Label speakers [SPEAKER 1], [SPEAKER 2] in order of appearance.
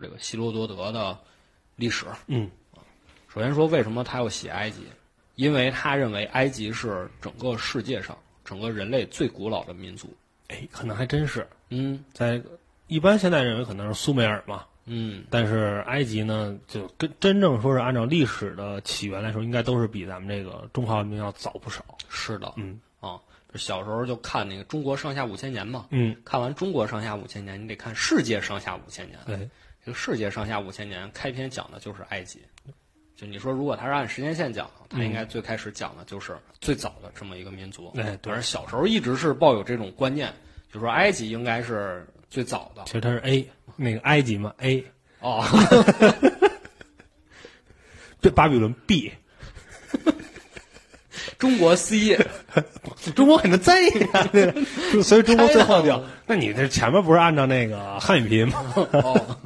[SPEAKER 1] 这个希罗多德的历史。
[SPEAKER 2] 嗯
[SPEAKER 1] 首先说，为什么他要写埃及？因为他认为埃及是整个世界上、整个人类最古老的民族。
[SPEAKER 2] 哎，可能还真是
[SPEAKER 1] 嗯
[SPEAKER 2] 在一般现在认为可能是苏美尔嘛，
[SPEAKER 1] 嗯，
[SPEAKER 2] 但是埃及呢，就跟真正说是按照历史的起源来说，应该都是比咱们这个中华文明要早不少。
[SPEAKER 1] 是的
[SPEAKER 2] 嗯
[SPEAKER 1] 啊。就小时候就看那个《中国上下五千年》嘛，
[SPEAKER 2] 嗯，
[SPEAKER 1] 看完《中国上下五千年》，你得看《世界上下五千年》。
[SPEAKER 2] 哎，
[SPEAKER 1] 这个世界上下五千年开篇讲的就是埃及。就你说，如果他是按时间线讲，他应该最开始讲的就是最早的这么一个民族。
[SPEAKER 2] 哎对
[SPEAKER 1] 但是小时候一直是抱有这种观念，就说埃及应该是最早 的
[SPEAKER 2] 其实它是 A 那个埃及嘛，A
[SPEAKER 1] 哦，
[SPEAKER 2] 对巴比伦 B，
[SPEAKER 1] 中国 C
[SPEAKER 2] 中国可能 Z 呀、对吧就所以中国最后
[SPEAKER 1] 拆
[SPEAKER 2] 就
[SPEAKER 1] 了，
[SPEAKER 2] 那你这前面不是按照那个汉语拼音吗？啊
[SPEAKER 1] 哦，